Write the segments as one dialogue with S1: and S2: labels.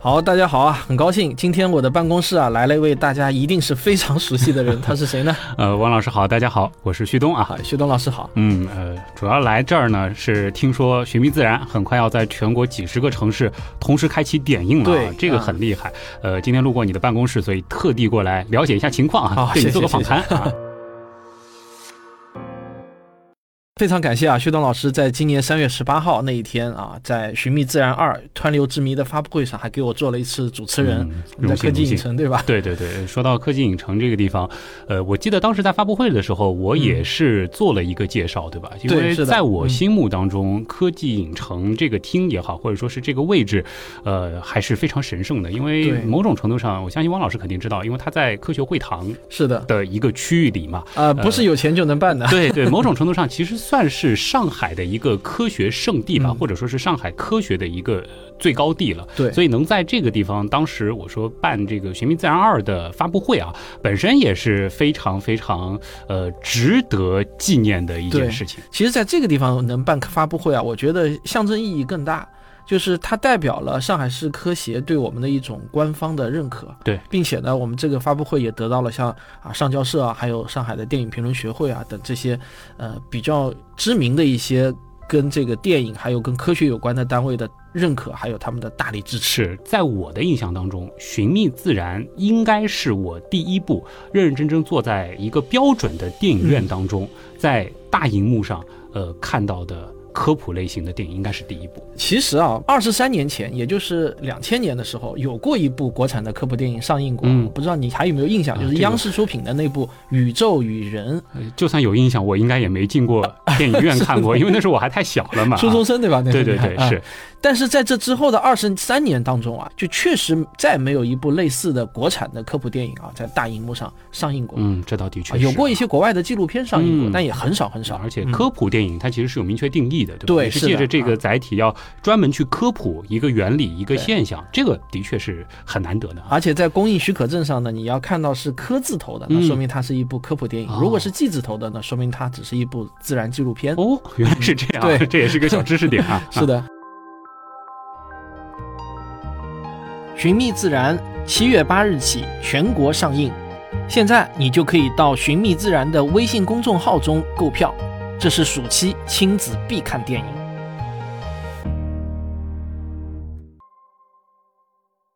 S1: 好，大家好啊，很高兴今天我的办公室啊来了一位大家一定是非常熟悉的人，他是谁 呢？
S2: 呃，王老师好，大家好，我是旭东啊。
S1: 啊，旭东老师好。
S2: 嗯，呃，主要来这儿呢是听说《寻觅自然》很快要在全国几十个城市同时开启点映了、啊
S1: 对，
S2: 这个
S1: 啊
S2: 很厉害。呃，今天路过你的办公室，所以特地过来了解一下情况啊，
S1: 好
S2: 对
S1: 哦谢
S2: 你
S1: 谢
S2: 做个访谈 啊。
S1: 非常感谢啊，旭东老师在今年三月十八号那一天啊，在《寻觅自然二：川流之谜》的发布会上，还给我做了一次主持人，
S2: 嗯
S1: 我们在
S2: 荣
S1: 科
S2: 幸
S1: 技
S2: 荣
S1: 影
S2: 幸。
S1: 城对吧？
S2: 对对对，说到科技影城这个地方，呃，我记得当时在发布会的时候，我也是做了一个介绍，对吧？因
S1: 对
S2: 为
S1: 是的
S2: 在我
S1: 嗯
S2: 心目当中，科技影城这个厅也好，或者说是这个位置，呃，还是非常神圣的。因为
S1: 对
S2: 某种程度上，我相信汪老师肯定知道，因为他在科学会堂
S1: 是的，
S2: 的一个区域 里嘛。
S1: 啊，不是有钱就能办的。
S2: 对对，某种程度上其实算是上海的一个科学圣地吧，
S1: 嗯
S2: 或者说是上海科学的一个呃最高地了。
S1: 对
S2: 所以能在这个地方，当时我说办这个《寻觅自然二》的发布会啊，本身也是非常非常呃值得纪念的一
S1: 对
S2: 件事情。
S1: 其实，在这个地方能办发布会啊，我觉得象征意义更大，就是它代表了上海市科协对我们的一种官方的认可。
S2: 对，
S1: 并且呢，我们这个发布会也得到了像啊上交社啊，还有上海的电影评论学会啊等这些呃比较知名的一些跟这个电影还有跟科学有关的单位的认可，还有他们的大力支持。
S2: 是在我的印象当中，《寻觅自然》应该是我第一部认认真真坐在一个标准的电影院当中，在大荧幕上呃看到的科普类型的电影，应该是第一部。
S1: 其实啊，二十三年前，也就是两千年的时候，有过一部国产的科普电影上映过，
S2: 嗯
S1: 我不知道你还有没有印象，
S2: 啊
S1: 就是
S2: 这个
S1: 央视出品的那部《宇宙与人
S2: 呃 就算有印象，我应该也没进过电影院看过，因为那时候我还太小了 嘛。》，
S1: 初中生对吧？那
S2: 对
S1: 是
S2: 对
S1: 你看
S2: 对，
S1: 啊
S2: 是
S1: 但是在这之后的二十三年当中啊，就确实再没有一部类似的国产的科普电影啊，在大荧幕上上映过。
S2: 嗯，这倒的确
S1: 啊，
S2: 是
S1: 有过一。些国外的纪录片上映过，
S2: 嗯
S1: 但也很少很少。
S2: 而且
S1: 嗯
S2: 科普电影它其实是有明确定义的，对吧？
S1: 对
S2: 也是
S1: 是的
S2: 借着这
S1: 啊
S2: 个载体要专门去科普一个原理、一个
S1: 对
S2: 现象，这个的确是很难得的啊。
S1: 而且在公映许可证上呢，你要看到是科字头的，那
S2: 嗯
S1: 说明它是一部科普电影；
S2: 哦
S1: 如果是纪字头的，那说明它只是一部自然纪录片。
S2: 哦，原来是这样啊，
S1: 对。
S2: 这也是个小知识点啊
S1: 是
S2: 的，
S1: 的。寻觅自然，七月八日起全国上映，现在你就可以到寻觅自然的微信公众号中购票，这是暑期亲子必看电影。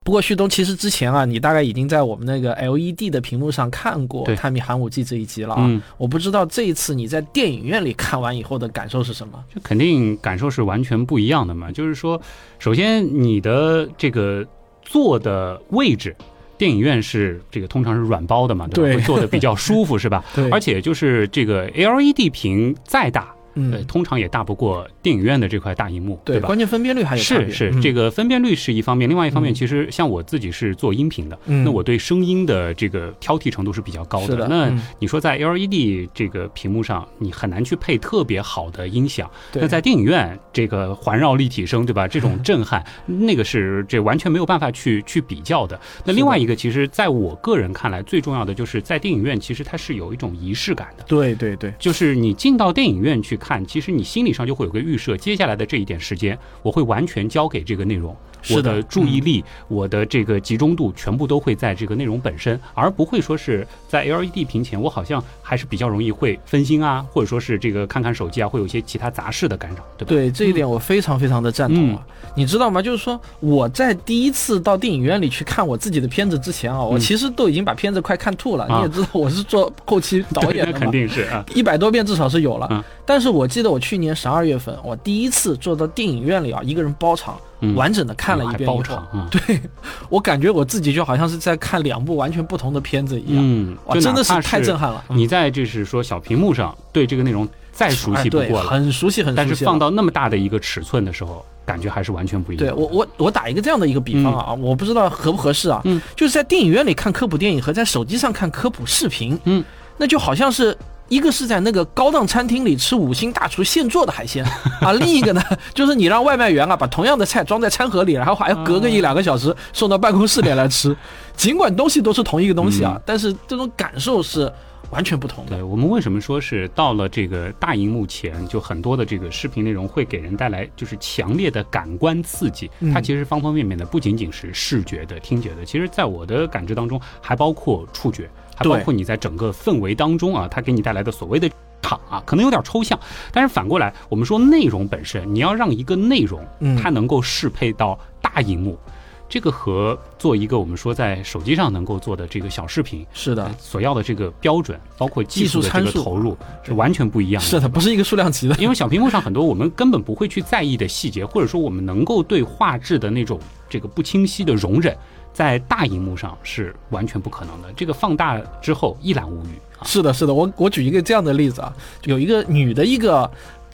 S1: 不过旭东，其实之前啊，你大概已经在我们那个 LED 的屏幕上看过
S2: 对
S1: 《探秘寒武纪》这一集了啊。
S2: 嗯，
S1: 我不知道这一次你在电影院里看完以后的感受是什么。
S2: 这肯定感受是完全不一样的嘛。就是说，首先你的这个坐的位置，电影院是这个通常是软包的嘛，
S1: 对
S2: 吧？会坐的比较舒服，是吧？
S1: 对
S2: 而且就是这个 LED 屏再大，
S1: 嗯
S2: 呃，，通常也大不过电影院的这块大荧幕，
S1: 对，
S2: 吧？
S1: 关键分辨率还有差
S2: 是
S1: 别嗯
S2: 是，这
S1: 个，
S2: 个分辨率是一方面，另外一方面，
S1: 嗯
S2: 其实像我自己是做音频的，
S1: 嗯
S2: 那我对声音的这个挑剔程度是比较高
S1: 是的
S2: 那
S1: 嗯
S2: 你说在 LED 这个屏幕上，你很难去配特别好的音响，
S1: 对
S2: 那在电影院这个环绕立体声，对吧？这种震撼，那个是这完全没有办法去去比较的。那另外一个，其实在我个人看来，最重要的就是在电影院，其实它是有一种仪式感的。
S1: 对对对，
S2: 就是你进到电影院去看，其实你心理上就会有个预设，接下来的这一点时间，我会完全交给这个内容，
S1: 是
S2: 我
S1: 的嗯
S2: 的注意力、我的这个集中度，全部都会在这个内容本身，而不会说是在 LED 屏前，我好像还是比较容易会分心啊，或者说是这个看看手机啊，会有一些其他杂事的干扰，对吧？
S1: 对这一点我非常非常的赞同啊！
S2: 嗯
S1: 你知道吗？就是说我在第一次到电影院里去看我自己的片子之前啊，我
S2: 嗯
S1: 其实都已经把片子快看吐了。
S2: 啊
S1: 你也知道我是做后期导
S2: 对
S1: 演
S2: 那
S1: 的
S2: 肯
S1: 嘛。
S2: 定是啊，
S1: 一百多遍至少是有了，
S2: 嗯
S1: 但是我记得我去年十二月份，我第一次坐到电影院里啊，一个人包场，
S2: 嗯
S1: 完整的看了一遍
S2: 还包
S1: 以后
S2: 场，啊，
S1: 我感觉我自己就好像是在看两部完全不同的片子一样，
S2: 嗯，
S1: 哇，
S2: 就
S1: 真的
S2: 哪
S1: 是
S2: 怕
S1: 太震撼了，嗯
S2: 你在就是说小屏幕上对这个内容再熟
S1: 哎
S2: 悉不
S1: 对，
S2: 过了，
S1: 很熟悉，很熟悉了。
S2: 但是放到那么大的一个尺寸的时候，感觉还是完全不一样。
S1: 对我我我打一个这样的一个比方啊，我不知道合不合适啊，
S2: 嗯
S1: 就是在电影院里看科普电影和在手机上看科普视频，
S2: 嗯，
S1: 那就好像是。一个是在那个高档餐厅里吃五星大厨现做的海鲜 啊，另一个呢就是你让外卖员啊把同样的菜装在餐盒里，然后还要隔个一两个小时送到办公室里来吃。尽管东西都是同一个东西啊，但是这种感受是完全不同的。
S2: 嗯对我们为什么说是到了这个大荧幕前，就很多的这个视频内容会给人带来就是强烈的感官刺激？
S1: 嗯
S2: 它其实方方面面的，不仅仅是视觉的、听觉的，其实在我的感知当中，还包括触觉，还包
S1: 对
S2: 括你在整个氛围当中啊，它给你带来的所谓的。场啊，可能有点抽象，但是反过来，我们说内容本身，你要让一个内容
S1: 嗯
S2: 它能够适配到大荧幕，这个和做一个我们说在手机上能够做的这个小视频，
S1: 是的，
S2: 所要的这个标准，包括技术的这
S1: 技术参
S2: 个
S1: 数
S2: 投入是完全不一样的。
S1: 是的，不是一个数量级的。
S2: 因为小屏幕上很多我们根本不会去在意的细节，或者说我们能够对画质的那种这个不清晰的容忍，在大荧幕上是完全不可能的。这个放大之后一览无余啊，
S1: 是的，是的，我我举一个这样的例子啊，有一个女的一个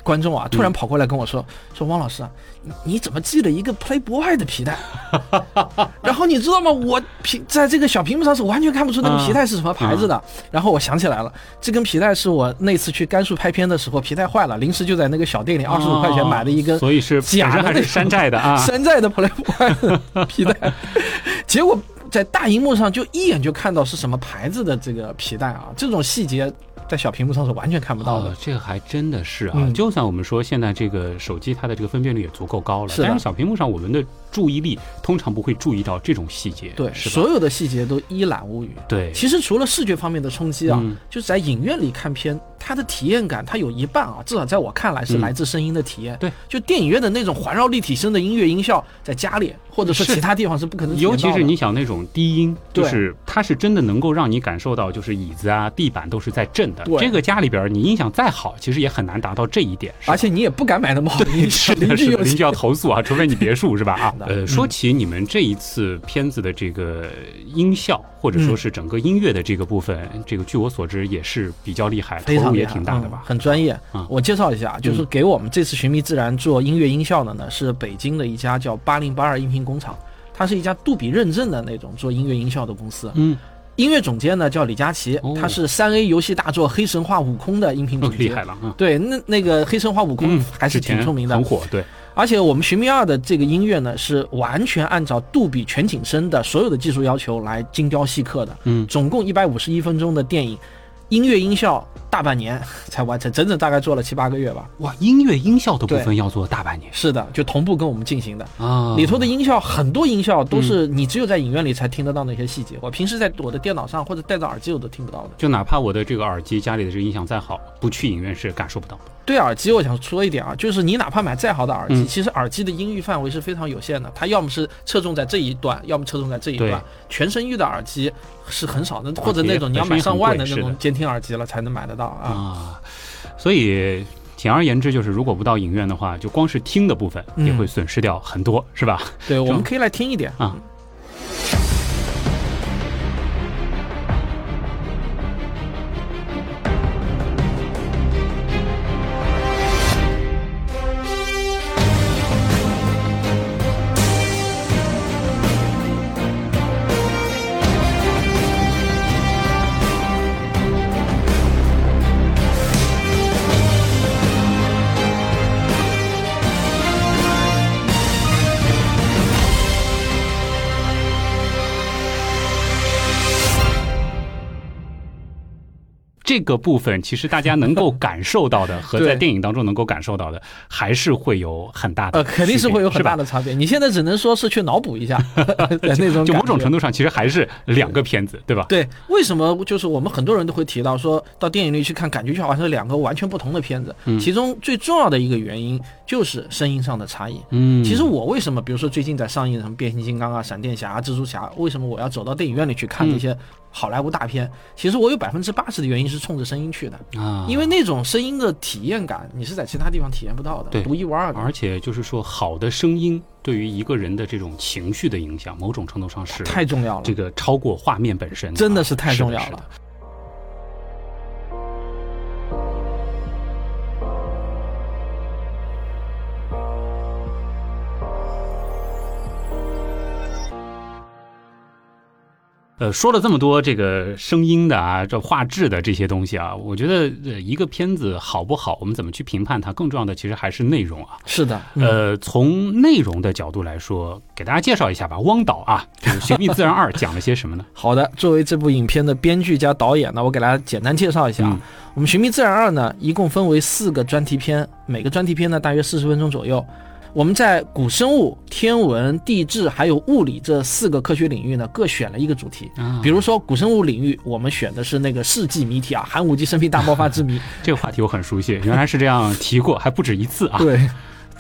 S1: 观众啊，突然跑过来跟我说、说汪老师啊，你你怎么系了一个 Playboy 的皮带？然后你知道吗？我屏在这个小屏幕上是完全看不出那个皮带是什么牌子的。然后我想起来了，这根皮带是我那次去甘肃拍片的时候皮带坏了，临时就在那个小店
S2: 哦
S1: 里二十五块钱买了一根
S2: 啊所以是本
S1: 假的
S2: 身还是山寨的啊。
S1: 山寨的 Playboy 的皮带， 结果在大荧幕上就一眼就看到是什么牌子的这个皮带啊，这种细节在小屏幕上是完全看不到的
S2: 哦。，这个还真的是啊！
S1: 嗯
S2: 就算我们说现在这个手机它的这个分辨率也足够高了，
S1: 是的
S2: 但是小屏幕上我们的注意力通常不会注意到这种细节，
S1: 对，
S2: 是吧？
S1: 所有的细节都一览无余。
S2: 对，
S1: 其实除了视觉方面的冲击啊，
S2: 嗯
S1: 就是在影院里看片，它的体验感，它有一半啊，至少在我看来是
S2: 嗯
S1: 来自声音的体验。
S2: 对，
S1: 就电影院的那种环绕立体声的音乐音效，在家里或者说
S2: 是
S1: 其他地方是不可能体验
S2: 尤
S1: 到的。
S2: 其是你想那种低音，就
S1: 对
S2: 是它是真的能够让你感受到，就是椅子啊、地板都是在震的。
S1: 对
S2: 这个家里边儿你音响再好，其实也很难达到这一点。是吧
S1: 而且你也不敢买那么好的音响，
S2: 是的
S1: 邻居
S2: 是 的
S1: 有
S2: 邻居要投诉啊，除非你别墅是吧？啊
S1: 是，的
S2: 呃，
S1: 嗯
S2: 说起你们这一次片子的这个音效，或者说是整个音乐的这个部分，这个据我所知也是比较厉害，投
S1: 非常
S2: 入
S1: 厉
S2: 也
S1: 害
S2: 挺大的
S1: 嗯
S2: 吧？
S1: 很专业
S2: 嗯。
S1: 我介绍一下，就是给我们这次《寻觅自然》做音乐音效的呢，是北京的一家叫八零八二音频工厂，它是一家杜比认证的那种做音乐音效的公司。
S2: 嗯，
S1: 音乐总监呢叫李佳琦
S2: 哦，
S1: 他是三 A 游戏大作《黑神话：悟空》的音频总
S2: 厉
S1: 监
S2: 害。了啊！
S1: 对，那那个《黑神话：悟空
S2: 嗯》
S1: 还是
S2: 之前
S1: 挺出名的，
S2: 很火，对，
S1: 而且我们《寻觅二》的这个音乐呢，是完全按照杜比全景声的所有的技术要求来精雕细刻的。
S2: 嗯
S1: 总共一百五十一分钟的电影，音乐音效大半年才完成，整整大概做了七八个月吧。
S2: 哇，音乐音效的部
S1: 对
S2: 分要做大半年
S1: 是的，就同步跟我们进行的。
S2: 啊，
S1: 里头的音效很多，音效啊都是你只有在影院里才听得到那些细节。我平时在我的电脑上或者戴着耳机我都听不到的。
S2: 就哪怕我的这个耳机家里的这个音响再好，不去影院是感受不到。
S1: 对耳机，我想说一点啊，就是你哪怕买再好的耳机，
S2: 嗯
S1: 其实耳机的音域范围是非常有限的，它要么是侧重在这一段，要么侧重在这一
S2: 对
S1: 段。全声域的耳机是很少的，或者
S2: 也
S1: 那种你要买
S2: 本身也很
S1: 上万的
S2: 贵
S1: 那
S2: 是的
S1: 种监听耳机了才能买得到啊。
S2: 啊，所以简而言之，就是如果不到影院的话，就光是听的部分
S1: 嗯
S2: 也会损失掉很多，是吧？
S1: 对，我们可以来听一点
S2: 啊。这个部分其实大家能够感受到 的和
S1: 对
S2: 在电影当中能够感受到的，还是会有很大的
S1: 呃，肯定是
S2: 区别
S1: 会有很大。
S2: 是吧
S1: 的差别。你现在只能说是去脑补一下 那种
S2: 就某种
S1: 感觉
S2: 程度上，其实还是两个片子，对吧？
S1: 对，为什么就是我们很多人都会提到说到电影里去看，感觉就好像是两个完全不同的片子。
S2: 嗯
S1: 其中最重要的一个原因就是声音上的差异。
S2: 嗯
S1: 其实我为什么，比如说最近在上映什么变形金刚啊、闪电侠、啊、蜘蛛侠，为什么我要走到电影院里去
S2: 嗯
S1: 看这些好莱坞大片？其实我有百分之八十的原因是冲着声音去的，
S2: 啊，
S1: 因为那种声音的体验感，你是在其他地方体验不到
S2: 对
S1: 的，独一无二的。
S2: 而且就是说，好的声音对于一个人的这种情绪的影响，某种程度上是
S1: 太重要了
S2: 这，个超过画面本身，
S1: 真的
S2: 啊
S1: 是太重要。
S2: 是的
S1: 了。
S2: 呃，说了这么多这个声音的啊，这画质的这些东西啊，我觉得、呃、一个片子好不好，我们怎么去评判它，更重要的其实还是内容啊。
S1: 是的，嗯
S2: 呃，从内容的角度来说，给大家介绍一下吧，《汪导》啊，这个《寻觅自然二》 讲了些什么呢？
S1: 好的，作为这部影片的编剧加导演呢，我给大家简单介绍一下啊。
S2: 嗯
S1: 我们《寻觅自然二》呢，一共分为四个专题篇，每个专题篇呢大约四十分钟左右。我们在古生物、天文、地质还有物理这四个科学领域呢，各选了一个主题。
S2: 啊
S1: 比如说古生物领域，我们选的是那个世纪谜题啊，寒武纪生命大爆发之 谜。
S2: 这个话题我很熟悉，原来是这样提过，还不止一次啊。
S1: 对。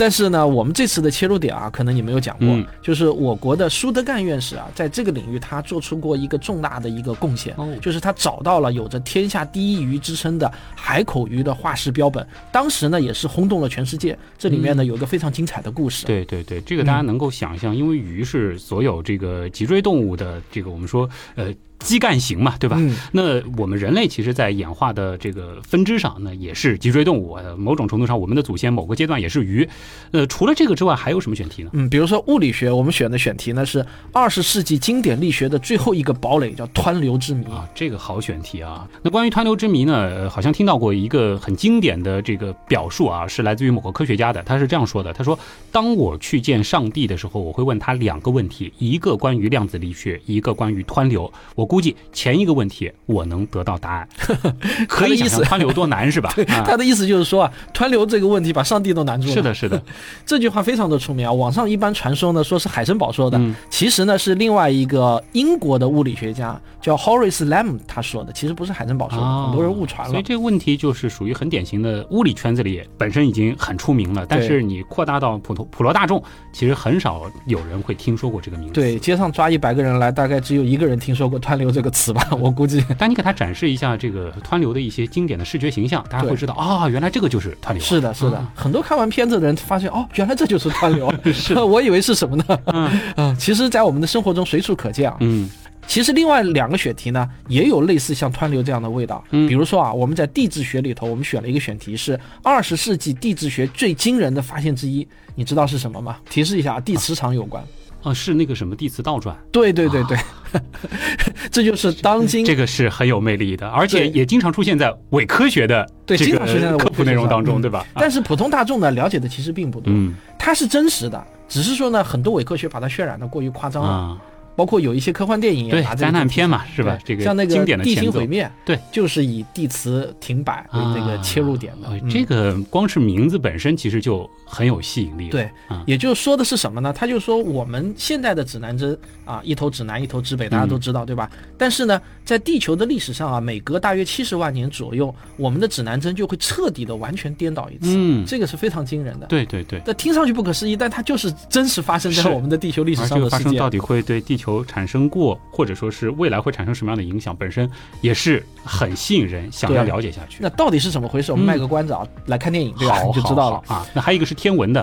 S1: 但是呢，我们这次的切入点啊，可能你没有讲过，
S2: 嗯
S1: 就是我国的舒德干院士啊，在这个领域他做出过一个重大的一个贡献，
S2: 哦
S1: 就是他找到了有着天下第一鱼之称的海口鱼的化石标本，当时呢也是轰动了全世界。这里面呢有一个非常精彩的故事，
S2: 嗯对对对，这个大家
S1: 嗯
S2: 能够想象，因为鱼是所有这个脊椎动物的这个我们说呃基干型嘛，对吧？
S1: 嗯，
S2: 那我们人类其实，在演化的这个分支上呢，也是脊椎动物。呃某种程度上，我们的祖先某个阶段也是鱼。呃，除了这个之外，还有什么选题呢？
S1: 嗯，比如说物理学，我们选的选题呢是二十世纪经典力学的最后一个堡垒，叫湍流之谜。
S2: 啊，这个好选题啊。那关于湍流之谜呢，呃好像听到过一个很经典的这个表述啊，是来自于某个科学家的，他是这样说的：他说，当我去见上帝的时候，我会问他两个问题，一个关于量子力学，一个关于湍流。我估计前一个问题我能得到答案，可以 想象湍流多难是吧？啊
S1: 他的意思就是说啊，湍流这个问题把上帝都难住了。
S2: 是的，是的，
S1: 这句话非常的出名啊，网上一般传说呢，说是海森堡说的，
S2: 嗯
S1: 其实呢是另外一个英国的物理学家叫 Horace Lam 他说的，其实不是海森堡说的，
S2: 啊
S1: 很多人误传
S2: 所
S1: 了
S2: 以。这个问题就是属于很典型的物理圈子里本身已经很出名了，但是你扩大到普通普罗大众，其实很少有人会听说过这个名字。
S1: 对，街上抓一百个人来，大概只有一个人听说过“湍流”这个词吧， 我估计
S2: 但你给他展示一下这个湍流的一些经典的视觉形象，大家会
S1: 对
S2: 知道啊、原来这个就是湍流啊。
S1: 是的，是的，很多看完片子的人发现，哦，原来这就是湍流，
S2: 是
S1: 我以为是什么呢？
S2: 嗯
S1: 啊，其实，在我们的生活中随处可见啊。
S2: 嗯
S1: 其实另外两个选题呢，也有类似像湍流这样的味道。
S2: 嗯
S1: 比如说啊，我们在地质学里头，我们选了一个选题是二十世纪地质学最惊人的发现之一，你知道是什么吗？提示一下啊，地磁场有关。
S2: 哦，是那个什么地磁倒转，
S1: 对对对对， 这就是当今
S2: 啊这个是很有魅力的，而且
S1: 对
S2: 也经常出现在伪科学的
S1: 对
S2: 这
S1: 经常出现在
S2: 个
S1: 伪
S2: 科
S1: 科
S2: 普
S1: 学
S2: 内容当中，
S1: 上
S2: 对吧？啊
S1: 但是普通大众呢了解的其实并不多，
S2: 嗯
S1: 它是真实的，只是说呢，很多伪科学把它渲染的过于夸张了，
S2: 啊，
S1: 包括有一些科幻电影也
S2: 对
S1: 拿这个
S2: 灾难
S1: 东西
S2: 片嘛，是吧？这
S1: 对像那个
S2: 经典的
S1: 地
S2: 前
S1: 心
S2: 奏
S1: 毁。灭，
S2: 对，
S1: 就是以地磁停摆为那个切入点的。
S2: 啊
S1: 嗯
S2: 这个光是名字本身其实就很有吸引力了。
S1: 对
S2: 啊，
S1: 也就是说的是什么呢？他就说我们现在的指南针啊，一头指南，一头指北，大家
S2: 嗯
S1: 都知道，对吧？但是呢，在地球的历史上啊，每隔大约七十万年左右，我们的指南针就会彻底的完全颠倒一次，
S2: 嗯，
S1: 这个是非常惊人的。
S2: 对对对。
S1: 这听上去不可思议，但它就是真实发生在
S2: 啊是
S1: 我们的地球历史
S2: 而
S1: 上
S2: 这个
S1: 的
S2: 发
S1: 事
S2: 生
S1: 件
S2: 到。底会对地球产生过，或者说是未来会产生什么样的影响，本身也是很吸引人，想要
S1: 对
S2: 了解下去。
S1: 那到底是怎么回事？我们
S2: 嗯
S1: 卖个关子啊，来看电影对吧？
S2: 好
S1: 你就知道了
S2: 好。好啊。那还有一个是天文的，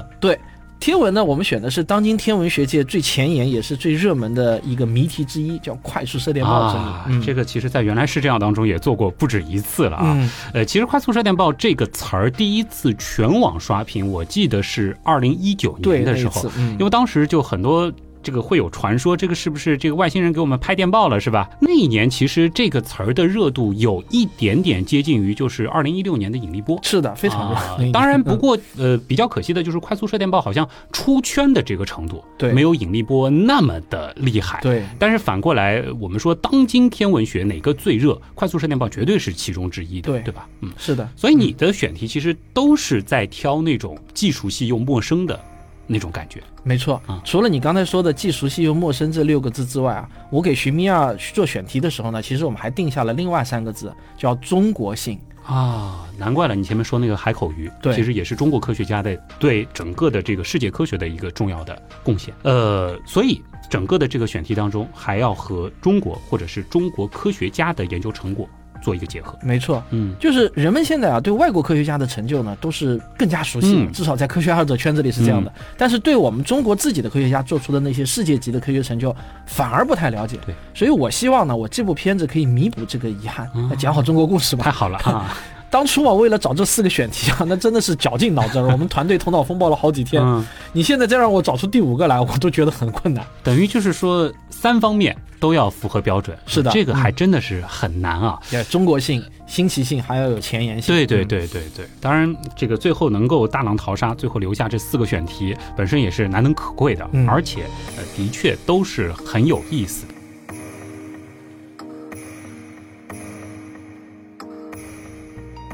S1: 天文呢，我们选的是当今天文学界最前沿也是最热门的一个谜题之一，叫快速射电暴之谜。
S2: 啊，
S1: 嗯
S2: 这个其实在原来是这样当中也做过不止一次了啊。
S1: 嗯，
S2: 呃，其实“快速射电暴”这个词儿第一次全网刷屏，我记得是二零一九
S1: 对，
S2: 年
S1: 那
S2: 的
S1: 一
S2: 时候，
S1: 次，嗯
S2: 因为当时就很多。这个会有传说，这个是不是这个外星人给我们拍电报了，是吧？那一年其实这个词儿的热度有一点点接近于就是二零一六年的引力波，
S1: 是的，非常热。
S2: 啊
S1: 那一年
S2: 当然，不
S1: 嗯
S2: 过呃，比较可惜的就是快速射电暴好像出圈的这个程度，
S1: 对
S2: 没有引力波那么的厉害。
S1: 对，
S2: 但是反过来，我们说当今天文学哪个最热？快速射电暴绝对是其中之一的，
S1: 对
S2: 对吧？嗯，
S1: 是的，
S2: 所以你的选题其实都是在挑那种既熟悉又陌生的那种感觉。
S1: 没错
S2: 啊。
S1: 除了你刚才说的既熟悉又陌生这六个字之外啊，我给徐米尔做选题的时候呢，其实我们还定下了另外三个字，叫中国性。
S2: 啊，难怪了，你前面说那个海口鱼，
S1: 对
S2: 其实也是中国科学家的对整个的这个世界科学的一个重要的贡献。呃，所以整个的这个选题当中，还要和中国或者是中国科学家的研究成果做一个结合。
S1: 没错，
S2: 嗯，
S1: 就是人们现在啊，对外国科学家的成就呢，都是更加熟悉的，
S2: 嗯
S1: 至少在科学爱好者圈子里是这样的。但是对我们中国自己的科学家做出的那些世界级的科学成就，反而不太了解。
S2: 对，啊
S1: 哎 所以我希望呢，我这部片子可以弥补这个遗憾。那讲好中国故事吧。
S2: 太好了啊！
S1: 当初啊，为了找这四个选题啊，那真的是绞尽脑汁儿，我们团队头脑风暴了好几天。
S2: 嗯，
S1: 你现在再让我找出第五个来，我都觉得很困难。
S2: 等于就是说三方面都要符合标准。
S1: 是的嗯
S2: 这个还真的是很难啊。
S1: 也中国性、新奇性还要有前沿性。
S2: 对对
S1: 嗯，
S2: 对对对，当然这个最后能够大浪淘沙，最后留下这四个选题，本身也是难能可贵的，
S1: 嗯
S2: 而且呃的确都是很有意思的。
S3: 《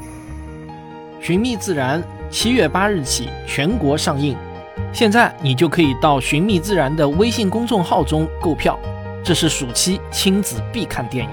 S3: 寻觅自然》七月八日起全国上映，现在你就可以到《寻觅自然》的微信公众号中购票，这是暑期亲子必看电影。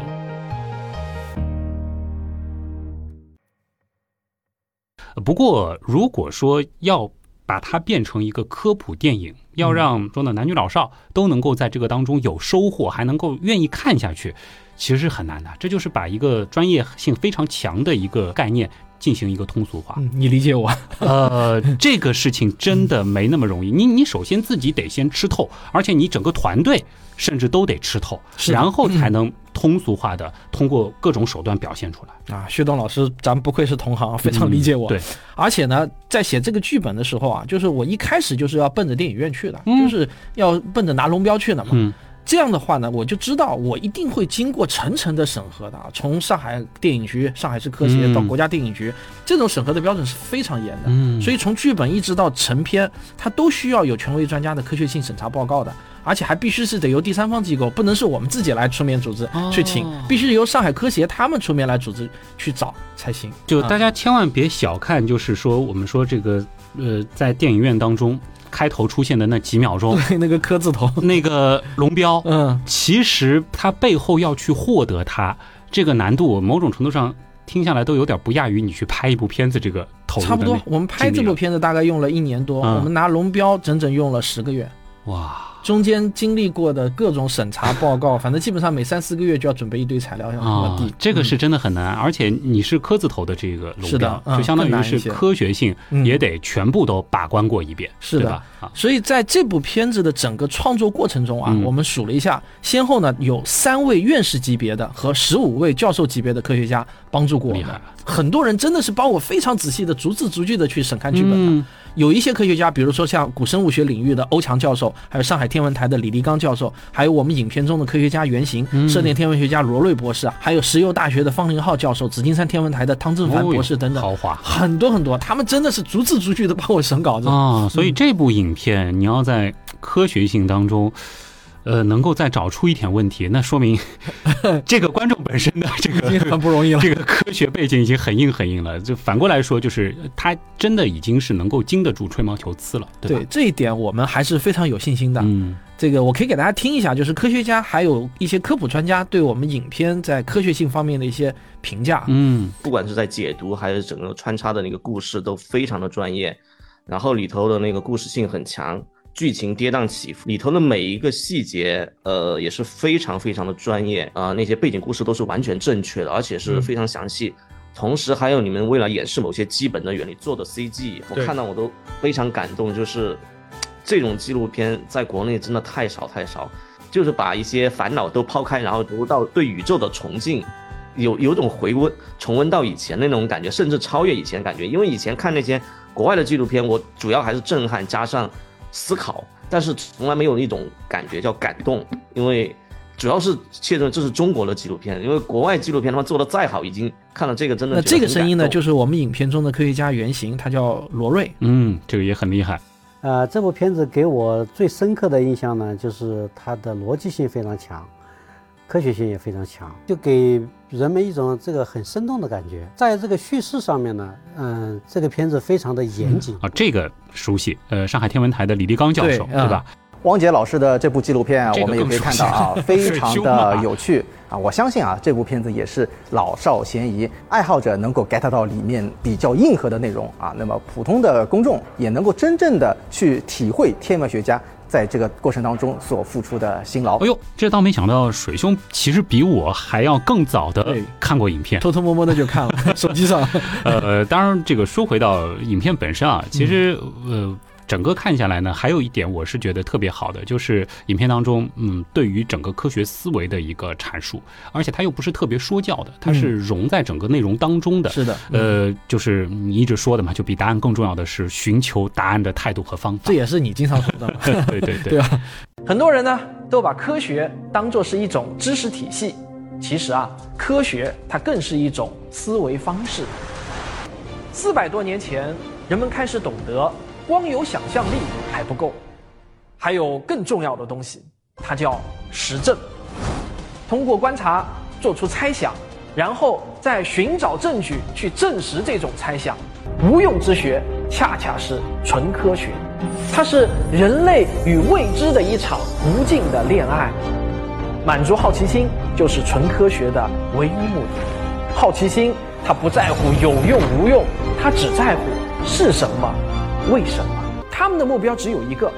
S2: 呃不过如果说要把它变成一个科普电影，
S1: 嗯
S2: 要让中的男女老少都能够在这个当中有收获，还能够愿意看下去，其实是很难的。这就是把一个专业性非常强的一个概念进行一个通俗化。
S1: 嗯，你理 解我。
S2: 呃，这个事情真的没那么容易。你你首先自己得先吃透，而且你整个团队甚至都得吃透，
S1: 是的嗯
S2: 然后才能通俗化的通过各种手段表现出来。
S1: 啊，薛东老师，咱不愧是同行，非常理解我。
S2: 嗯对，
S1: 而且呢，在写这个剧本的时候啊，就是我一开始就是要奔着电影院去的，
S2: 嗯
S1: 就是要奔着拿龙标去的嘛。
S2: 嗯
S1: 这样的话呢，我就知道我一定会经过层层的审核的啊，从上海电影局、上海市科协
S2: 嗯
S1: 到国家电影局，这种审核的标准是非常严的。
S2: 嗯
S1: 所以从剧本一直到成片，它都需要有权威专家的科学性审查报告的，而且还必须是得由第三方机构，不能是我们自己来出面组织
S2: 哦
S1: 去请，必须由上海科协他们出面来组织去找才行。
S2: 就
S1: 啊
S2: 大家千万别小看，就是说我们说这个呃，在电影院当中开头出现的那几秒钟，
S1: 对那个科字头，
S2: 那个龙标，
S1: 嗯，
S2: 其实它背后要去获得它这个难度，某种程度上听下来都有点不亚于你去拍一部片子这个投入
S1: 差不
S2: 的
S1: 多。我们拍这部片子大概用了一年多，
S2: 嗯
S1: 我们拿龙标整整用了十个月。
S2: 那哇。
S1: 中间经历过的各种审查报告，反正基本上每三四个月就要准备一堆材料要落
S2: 啊
S1: 地。，嗯
S2: 这个是真的很难，而且你是科字头的这个龙
S1: 是
S2: 标
S1: 的，嗯
S2: 就相当
S1: 更
S2: 于
S1: 难一
S2: 是
S1: 些
S2: 科学性
S1: 嗯
S2: 也得全部都把关过一遍，
S1: 是的
S2: 对吧？啊，
S1: 所以在这部片子的整个创作过程中啊，
S2: 嗯
S1: 我们数了一下，先后呢有三位院士级别的和十五位教授级别的科学家帮助过我
S2: 厉
S1: 们
S2: 害。
S1: 很多人真的是帮我非常仔细的逐字逐句的去审看剧本的。
S2: 嗯
S1: 有一些科学家，比如说像古生物学领域的欧强教授，还有上海天文台的李立刚教授，还有我们影片中的科学家原型、
S2: 嗯
S1: 射电天文学家罗瑞博士啊，还有石油大学的方林浩教授、紫金山天文台的汤正
S2: 哦
S1: 凡
S2: 哟
S1: 博士等等，
S2: 豪华
S1: 很多很多，他们真的是逐字逐句的嗯帮我审稿子。
S2: 啊，所以这部影片你要在科学性当中。呃，能够再找出一点问题，那 说明这个观众本身的这
S1: 已经
S2: 个，
S1: 很不容易啊了
S2: 这个科学背景已经很硬很硬了。就反过来说，就是他真的已经是能够经得住吹毛求疵了，对吧？
S1: 对这一点我们还是非常有信心的。
S2: 嗯，
S1: 这个我可以给大家听一下，就是科学家还有一些科普专家对我们影片在科学性方面的一些评价。
S2: 嗯
S4: 不管是在解读还是整个穿插的那个故事都非常的专业，然后里头的那个故事性很强，剧情跌宕起伏，里头的每一个细节，呃，也是非常非常的专业啊、那些背景故事都是完全正确的，而且是非常详细。同时还有你们为了演示某些基本的原理做的 CG，我
S1: 对
S4: 看到我都非常感动，就是这种纪录片在国内真的太少太少，就是把一些烦恼都抛开，然后读到对宇宙的崇敬，有有种回温重温到以前那种感觉，甚至超越以前的感觉。因为以前看那些国外的纪录片，我主要还是震撼加上思考，但是从来没有一种感觉叫感动，因为。主要是确认这是中国的纪录片，因为国外纪录片他们做的再好，已经看了这个真的
S1: 那
S4: 觉得
S1: 这个
S4: 很
S1: 声音呢，
S4: 感动
S1: 就是我们影片中的科学家原型，他叫罗瑞。
S2: 嗯，这个也很厉害。
S5: 呃，这部片子给我最深刻的印象呢，就是它的逻辑性非常强，科学性也非常强，就给人们一种这个很生动的感觉。在这个叙事上面呢，嗯、这个片子非常的严谨。
S2: 啊，这个熟悉，呃，上海天文台的李立刚教授，
S1: 对
S2: 对
S1: 啊
S2: 吧？
S6: 汪杰老师的这部纪录片啊
S2: 这，个
S6: 我们也可以看到 啊，
S2: 更熟悉
S6: 非
S2: 了
S6: 常
S2: 是凶
S6: 的
S2: 啊
S6: 有趣啊。我相信啊，这部片子也是老少咸宜，爱好者能够 get 到里面比较硬核的内容啊，那么普通的公众也能够真正的去体会天文学家在这个过程当中所付出的辛劳
S2: 哎。呦，这倒没想到，水兄其实比我还要更早的
S1: 对
S2: 看过影片。
S1: 偷偷摸摸的就看 了，手机上。嗯
S2: 呃，当然，这个说回到影片本身啊，其实呃，整个看下来呢，还有一点我是觉得特别好的，就是影片当中，嗯，对于整个科学思维的一个阐述，而且它又不是特别说教的，它是融在整个内容当中的。
S1: 嗯是的，
S2: 呃，就是你一直说的嘛，就比答案更重要的是寻求答案的态度和方法
S1: 这。也是你经常说的嘛。
S2: 对对对
S1: 对吧？
S7: 很多人呢都把科学当作是一种知识体系，其实啊，科学它更是一种思维方式。四百多年前，人们开始懂得，光有想象力还不够，还有更重要的东西，它叫实证。通过观察做出猜想，然后再寻找证据去证实这种猜想。无用之学恰恰是纯科学，它是人类与未知的一场无尽的恋爱。满足好奇心就是纯科学的唯一目的。好奇心它不在乎有用无用，它只在乎是什么，为什么。他们的目标只有一个，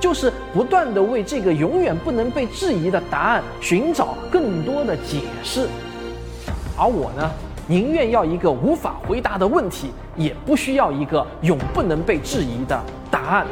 S7: 就是不断的为这个永远不能被质疑的答案寻找更多的解释。而我呢，宁愿要一个无法回答的问题，也不需要一个永不能被质疑的答案。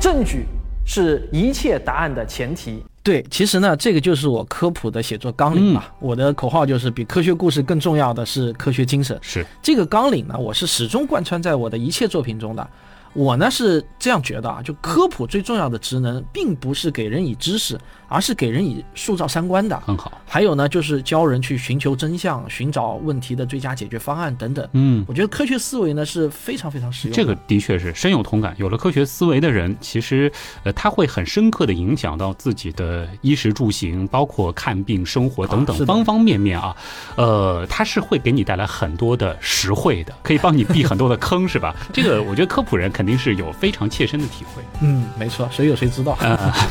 S7: 证据是一切答案的前提。
S1: 对，其实呢，这个就是我科普的写作纲领吧。我的口号就是，比科学故事更重要的是科学精神。
S2: 是
S1: 这个纲领呢，我是始终贯穿在我的一切作品中的。我呢是这样觉得啊，就科普最重要的职能，并不是给人以知识，而是给人以塑造三观的。
S2: 很好。
S1: 还有呢，就是教人去寻求真相、寻找问题的最佳解决方案等等。
S2: 嗯，
S1: 我觉得科学思维呢是非常非常实用的。
S2: 这个的确是深有同感。有了科学思维的人，其实呃，他会很深刻的影响到自己的衣食住行，包括看病、生活等等
S1: 是的
S2: 方方面面啊。呃，它是会给你带来很多的实惠的，可以帮你避很多的坑，是吧？这个我觉得科普人肯定是有非常切身的体会。
S1: 嗯，没错，谁有谁知道。
S2: 呃，
S3: 《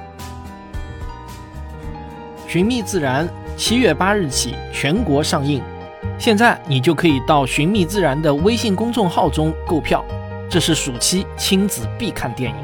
S3: 寻觅自然》七月八日起全国上映，现在你就可以到《寻觅自然》的微信公众号中购票，这是暑期亲子必看电影。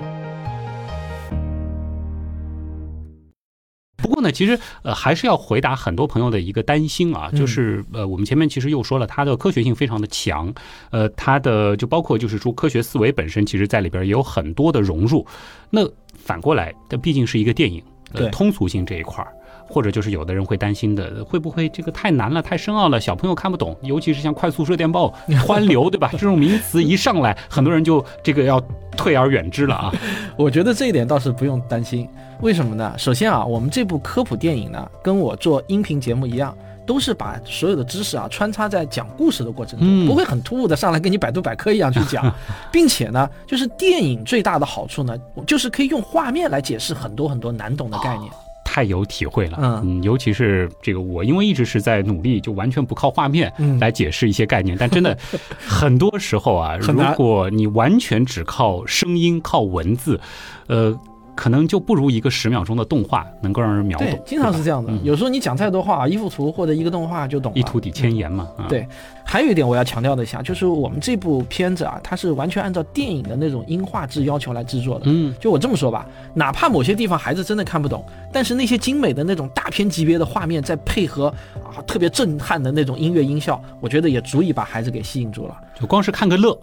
S2: 不过呢，其实呃还是要回答很多朋友的一个担心啊，就是呃我们前面其实又说了，它的科学性非常的强，呃它的就包括就是说科学思维本身，其实在里边也有很多的融入。那反过来，它毕竟是一个电影，呃
S1: 对
S2: 通俗性这一块儿。或者就是有的人会担心的，呃会不会这个太难了、太深奥了，小朋友看不懂？尤其是像快速射电暴、湍流，对吧？这种名词一上来，很多人就这个要退而远之了啊。
S1: 我觉得这一点倒是不用担心，为什么呢？首先啊，我们这部科普电影呢，跟我做音频节目一样，都是把所有的知识啊穿插在讲故事的过程中，
S2: 嗯
S1: 不会很突兀的上来跟你百度百科一样去讲，并且呢，就是电影最大的好处呢，就是可以用画面来解释很多很多难懂的概念。
S2: 太有体会了，
S1: 嗯
S2: 嗯，尤其是这个我，因为一直是在努力，就完全不靠画面
S1: 嗯
S2: 来解释一些概念，但 真的很多时候啊，
S1: 很
S2: 如
S1: 难
S2: 果你完全只靠声音、靠文字，呃，可能就不如一个十秒钟的动画能够让人秒
S1: 对
S2: 懂，，
S1: 经常
S2: 对
S1: 是
S2: 吧
S1: 这样的。
S2: 嗯
S1: 有时候你讲再多话，一幅图或者一个动画就懂了。
S2: 一图抵千言嘛，啊，
S1: 对还有一点我要强调的一下，就是我们这部片子啊，它是完全按照电影的那种音画质要求来制作的。
S2: 嗯，
S1: 就我这么说吧，哪怕某些地方孩子真的看不懂，但是那些精美的那种大片级别的画面，再配合啊特别震撼的那种音乐音效，我觉得也足以把孩子给吸引住了。
S2: 就光是看个乐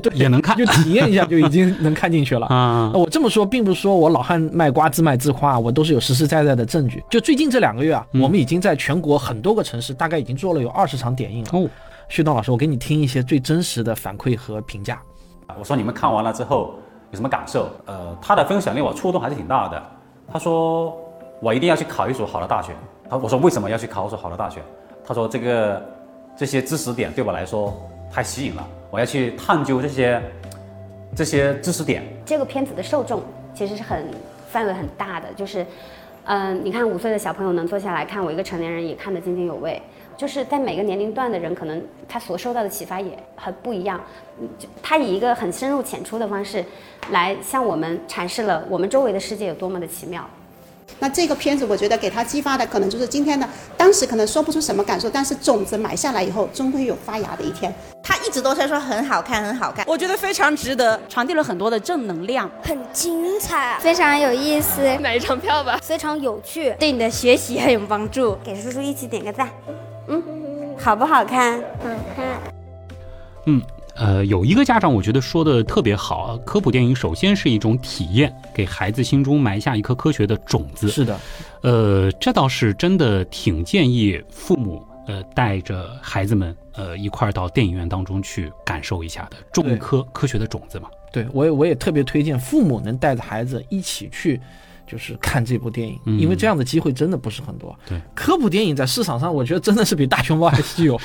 S1: 对，
S2: 也能 看
S1: 就体验一下就已经能看进去了。
S2: 啊
S1: 呃，我这么说，并不是说我老汉卖瓜自卖自夸，我都是有实实在在的证据。就最近这两个月啊，
S2: 嗯
S1: 我们已经在全国很多个城市，大概已经做了有二十场点映了。
S2: 哦，
S1: 旭东老师，我给你听一些最真实的反馈和评价。
S8: 我说你们看完了之后有什么感受？呃，他的分享令我触动还是挺大的。他说我一定要去考一所好的大学。他我说为什么要去考一所好的大学？他说这个这些知识点对我来说太吸引了，我要去探究这些这些知识点。
S9: 这个片子的受众其实是很范围很大的，就是，嗯、你看五岁的小朋友能坐下来看，我一个成年人也看得津津有味。就是在每个年龄段的人，可能他所受到的启发也很不一样。嗯就他以一个很深入浅出的方式，来向我们阐释了我们周围的世界有多么的奇妙。
S10: 那这个片子，我觉得给他激发的可能就是今天的，当时可能说不出什么感受，但是种子埋下来以后，终会有发芽的一天。
S11: 他一直都在说很好看，很好看。
S12: 我觉得非常值得。
S11: 传递了很多的正能量，
S9: 很精彩，啊
S12: 非常有意思，
S9: 买一张票吧，非常有趣，
S12: 对你的学习很有帮助。
S11: 给叔叔一起点个赞。嗯，好不好看？
S9: 好看。
S2: 嗯，呃，有一个家长我觉得说的特别好，呃科普电影首先是一种体验，给孩子心中埋下一颗科学的种子。
S1: 是的，
S2: 呃，这倒是真的挺建议父母呃带着孩子们呃一块儿到电影院当中去感受一下的，种科科学的种子嘛。
S1: 对我也我也特别推荐父母能带着孩子一起去，就是看这部电影，
S2: 嗯
S1: 因为这样的机会真的不是很多。
S2: 对，
S1: 科普电影在市场上，我觉得真的是比大熊猫还稀有。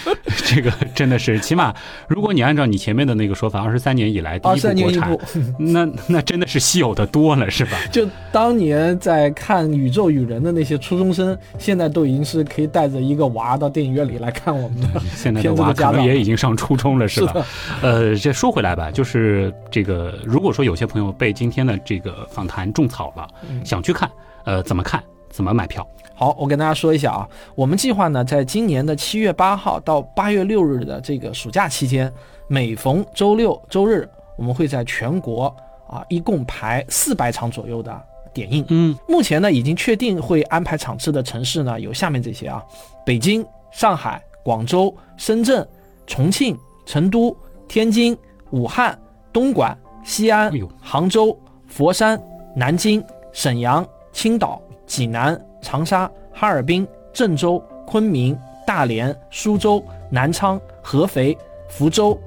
S2: 这个真的是，起码如果你按照你前面的那个说法，二十三年以来 第一
S1: 23
S2: 部
S1: 年
S2: 国
S1: 一
S2: 产
S1: 部，
S2: 那那真的是稀有的多了， 是吧？
S1: 就当年在看《宇宙与人》的那些初中生，现在都已经是可以带着一个娃到电影院里来看我们的
S2: 现在的
S1: 片子
S2: 娃
S1: 的
S2: 可
S1: 家
S2: 能
S1: 长。
S2: 也已经上初中了，是吧？
S1: 是的
S2: 呃，这说回来吧，就是这个，如果说有些朋友被今天的这个访谈种草了，
S1: 嗯
S2: 想去看，呃，怎么看？怎么买票？
S1: 好，我跟大家说一下啊，我们计划呢，在今年的七月八号到八月六日的这个暑假期间，每逢周六、周日，我们会在全国啊，一共排四百场左右的点映。
S2: 嗯，
S1: 目前呢，已经确定会安排场次的城市呢，有下面这些啊：北京、上海、广州、深圳、重庆、成都、天津、武汉、东莞、西安、杭州、佛山、南京、沈阳、青岛、济南、长沙、哈尔滨、郑州、昆明、大连、苏州、南昌、合肥、福州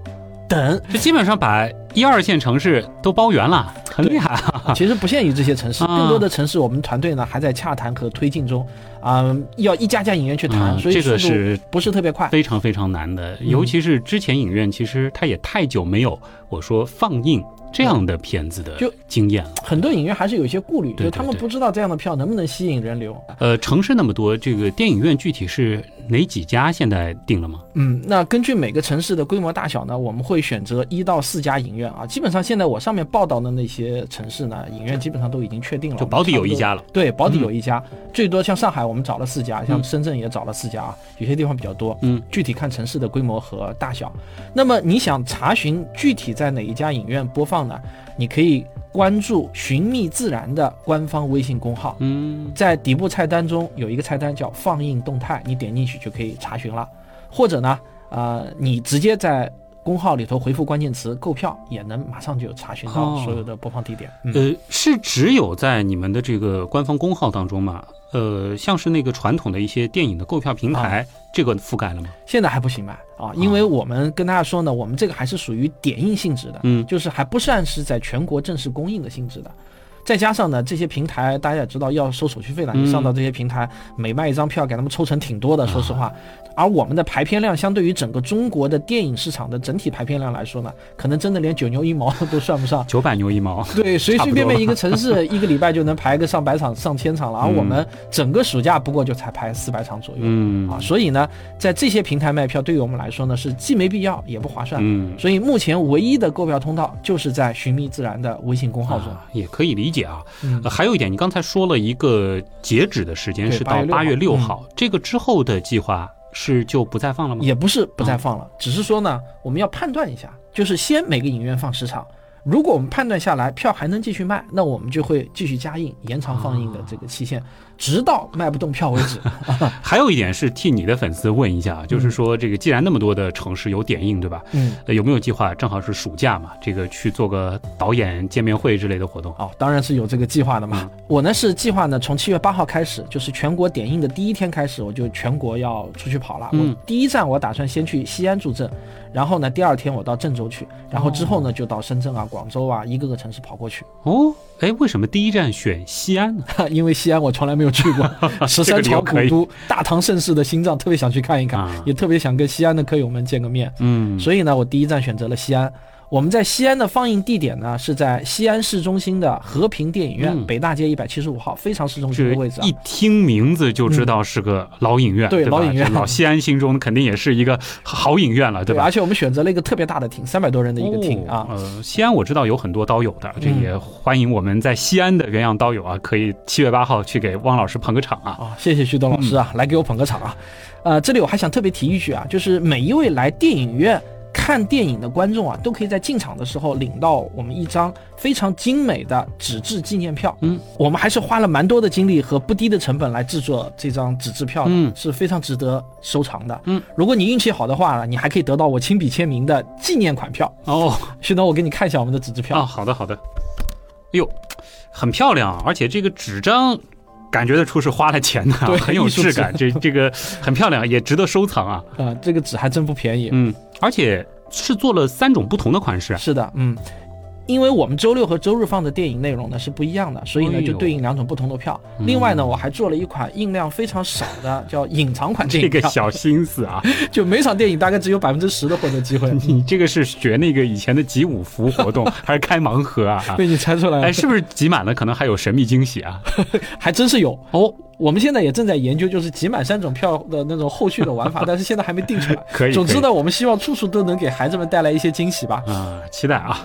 S1: 等。
S2: 这基本上把一二线城市都包圆了，很厉害啊！
S1: 其实不限于这些城市，
S2: 啊
S1: 更多的城市我们团队呢还在洽谈和推进中，啊、要一家家影院去谈，
S2: 嗯
S1: 所以
S2: 这个
S1: 速度
S2: 是
S1: 不是特别快？
S2: 非常非常难的，
S1: 嗯
S2: 尤其是之前影院其实它也太久没有我说放映这样的片子的
S1: 就
S2: 经验了。
S1: 很多影院还是有一些顾虑，就
S2: 对
S1: 是他们不知道这样的票能不能吸引人流。
S2: 呃，城市那么多，这个电影院具体是哪几家现在定了吗？
S1: 嗯，那根据每个城市的规模大小呢，我们会选择一到四家影院啊。基本上现在我上面报道的那些城市呢，影院基本上都已经确定了，
S2: 就保底有一家了
S1: 哦我们差不多对，保底有
S2: 嗯
S1: 一家，最多像上海我们找了四家，像深圳也找了四家啊，有些地方比较多。
S2: 嗯，
S1: 具体看城市的规模和大小。那么你想查询具体在哪一家影院播放呢？你可以关注“寻觅自然”的官方微信公号。
S2: 嗯，
S1: 在底部菜单中有一个菜单叫“放映动态”，你点进去就可以查询了。或者呢，呃，你直接在公号里头回复关键词“购票”，也能马上就查询到
S2: 哦
S1: 所有的播放地点。
S2: 呃，是只有在你们的这个官方公号当中吗？呃，像是那个传统的一些电影的购票平
S1: 哦
S2: 台，这个覆盖了吗？
S1: 现在还不行吧？啊，因为我们跟大家说呢，我们这个还是属于点映性质的，
S2: 嗯
S1: 就是还不算是在全国正式公映的性质的。再加上呢，这些平台大家也知道要收手续费了，
S2: 嗯啊
S1: 你上到这些平台，每卖一张票给他们抽成挺多的，说实话。而我们的排片量相对于整个中国的电影市场的整体排片量来说呢，可能真的连九牛一毛都算不 上。
S2: 九百牛一毛，
S1: 对，随随便便一个城
S2: 差不多
S1: 市一个礼拜就能排个上百场、上千场了，而
S2: 嗯
S1: 我们整个暑假不过就才排四百场左右。
S2: 嗯
S1: 啊，所以呢，在这些平台卖票对于我们来说呢，是既没必要也不划算。
S2: 嗯
S1: 所以目前唯一的购票通道就是在寻觅自然的微信公号中。
S2: 啊也可以理解啊、
S1: 嗯
S2: 呃还有一点，你刚才说了一个截止的时间
S1: 对
S2: 是到八
S1: 8
S2: 月
S1: 月
S2: 六
S1: 6
S2: 号、这个之后的计划是就不再放了吗？
S1: 也不是不再
S2: 啊
S1: 放了，只是说呢，我们要判断一下，就是先每个影院放十场，如果我们判断下来票还能继续卖，那我们就会继续加映，延长放映的
S2: 啊
S1: 这个期限，直到卖不动票为 止。
S2: 还有一点是替你的粉丝问一下，啊就是说这个既然那么多的城市有点映，对吧？
S1: 嗯
S2: 呃有没有计划正好是暑假嘛，这个去做个导演见面会之类的活动？
S1: 哦，当然是有这个计划的嘛。我呢是计划呢，从七月八号开始，就是全国点映的第一天开始，我就全国要出去跑了。
S2: 嗯
S1: 我第一站我打算先去西安助阵，然后呢第二天我到郑州去，然后之后呢就到深圳啊、广州啊一个个城市跑过去。
S2: 哦，哎，为什么第一站选西安呢？
S1: 因为西安我从来没有去过，十
S2: 这
S1: 三
S2: 个理由
S1: 朝
S2: 可
S1: 古
S2: 以
S1: 都、大唐盛世的心脏，特别想去看一看，
S2: 啊
S1: 也特别想跟西安的科友们见个面。
S2: 嗯，
S1: 所以呢，我第一站选择了西安。我们在西安的放映地点呢，是在西安市中心的和平电影院、
S2: 嗯
S1: 北大街一百七十五号，非常市中心
S2: 这
S1: 的位置啊
S2: 一。听名字就知道是个老影
S1: 嗯
S2: 院，
S1: 对
S2: 吧
S1: 老影院
S2: 这老西安心中肯定也是一个好影院了，对吧？
S1: 而且我们选择了一个特别大的厅，三百多人的一个厅
S2: 哦
S1: 啊。嗯
S2: 呃，西安我知道有很多刀友的，这也欢迎我们在西安的原样刀友啊，可以七月八号去给汪老师捧个场啊。
S1: 啊，谢谢徐东老
S2: 嗯
S1: 师啊，来给我捧个场啊。呃，这里我还想特别提一句啊，就是每一位来电影院。看电影的观众啊，都可以在进场的时候领到我们一张非常精美的纸质纪念票。
S2: 嗯，
S1: 我们还是花了蛮多的精力和不低的成本来制作这张纸质票的，
S2: 嗯
S1: 是非常值得收藏的。
S2: 嗯，
S1: 如果你运气好的话呢，你还可以得到我亲笔签名的纪念款票。
S2: 哦，
S1: 旭东，我给你看一下我们的纸质票。
S2: 啊，好的好的。哎呦，很漂亮，啊而且这个纸张感觉得出是花了钱的啊，
S1: 对
S2: 很有
S1: 艺术
S2: 质
S1: 纸
S2: 感，这这个很漂亮，也值得收藏啊。
S1: 啊、这个纸还真不便宜。
S2: 嗯，而且是做了三种不同的款 式啊。
S1: 是的，嗯，因为我们周六和周日放的电影内容呢是不一样的，所以
S2: 哎
S1: 呢
S2: 呦
S1: 就对应两种不同的票。
S2: 嗯
S1: 另外呢，我还做了一款印量非常少的叫隐藏款电
S2: 这
S1: 影
S2: 个
S1: 票，
S2: 小心思啊，
S1: 就每场电影大概只有百分之十的获得机会。
S2: 你这个是学那个以前的集五福活动，还是开盲盒啊？
S1: 被你猜出来了，
S2: 哎，是不是集满了可能还有神秘惊喜啊？
S1: 嗯还真是有
S2: 哦。
S1: 我们现在也正在研究，就是集满三种票的那种后续的玩法，但是现在还没定出来。
S2: 可以
S1: 总之
S2: 可
S1: 呢，我们希望处处都能给孩子们带来一些惊喜吧。
S2: 啊、期待啊！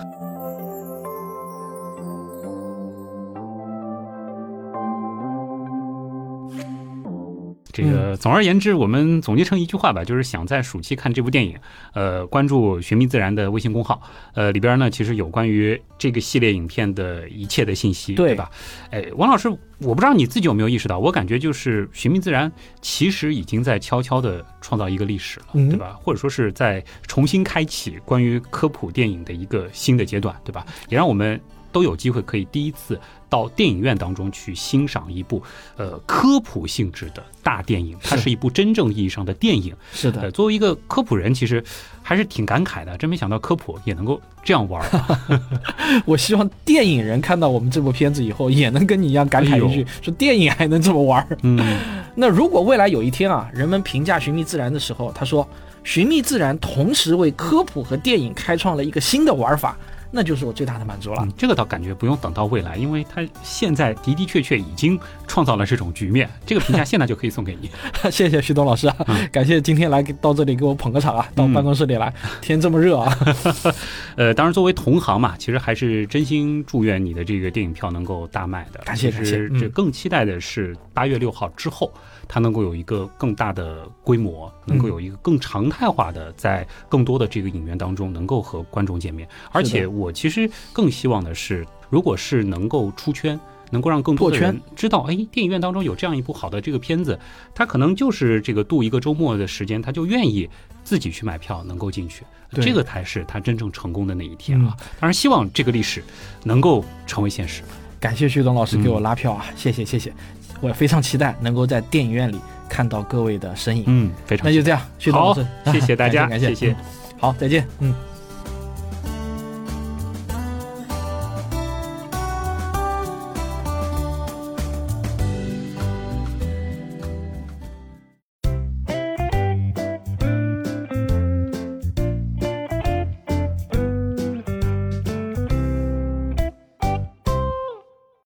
S2: 这个，总而言之，我们总结成一句话吧，就是想在暑期看这部电影，呃，关注“寻觅自然”的微信公号，呃，里边呢其实有关于这个系列影片的一切的信息，
S1: 对
S2: 对吧？哎，王老师，我不知道你自己有没有意识到，我感觉就是《寻觅自然》其实已经在悄悄地创造一个历史了，
S1: 嗯
S2: 对吧？或者说是在重新开启关于科普电影的一个新的阶段，对吧？也让我们都有机会可以第一次到电影院当中去欣赏一部呃科普性质的大电影，它
S1: 是
S2: 是一部真正意义上的电影。
S1: 是的
S2: 呃，，作为一个科普人，其实还是挺感慨的，真没想到科普也能够这样玩儿 啊。
S1: 我希望电影人看到我们这部片子以后，也能跟你一样感慨一
S2: 哎
S1: 句
S2: 呦：
S1: 说电影还能这么玩儿。
S2: 嗯，
S1: 那如果未来有一天啊，人们评价《寻觅自然》的时候，他说《寻觅自然》同时为科普和电影开创了一个新的玩法，那就是我最大的满足了。
S2: 嗯，这个倒感觉不用等到未来，因为它现在的的确确已经创造了这种局面。这个评价现在就可以送给你。
S1: 谢谢徐东老师啊，感谢今天来给到这里给我捧个场啊，到
S2: 嗯
S1: 办公室里来，天这么热啊，
S2: 呃，当然作为同行嘛，其实还是真心祝愿你的这个电影票能够大卖的。
S1: 感谢
S2: 其
S1: 感
S2: 实
S1: 谢嗯
S2: 这更期待的是八月六号之后，它能够有一个更大的规模，
S1: 嗯
S2: 能够有一个更常态化的，在更多的这个影院当中能够和观众见面。而且我其实更希望的是，如果是能够出圈。能够让更多
S1: 破
S2: 的
S1: 圈
S2: 人知道，哎，电影院当中有这样一部好的这个片子，他可能就是这个度一个周末的时间，他就愿意自己去买票，能够进去，
S1: 对嗯
S2: 这个才是他真正成功的那一天啊！当然，希望这个历史能够成为现实。
S1: 感谢徐东老师给我
S2: 嗯
S1: 拉票啊，谢谢谢谢，我也非常期待能够在电影院里看到各位的身影。
S2: 嗯，非常
S1: 那就这样，徐东老师
S2: 好，谢谢大 家
S1: 感谢感谢，
S2: 谢谢
S1: 嗯好，再见，嗯。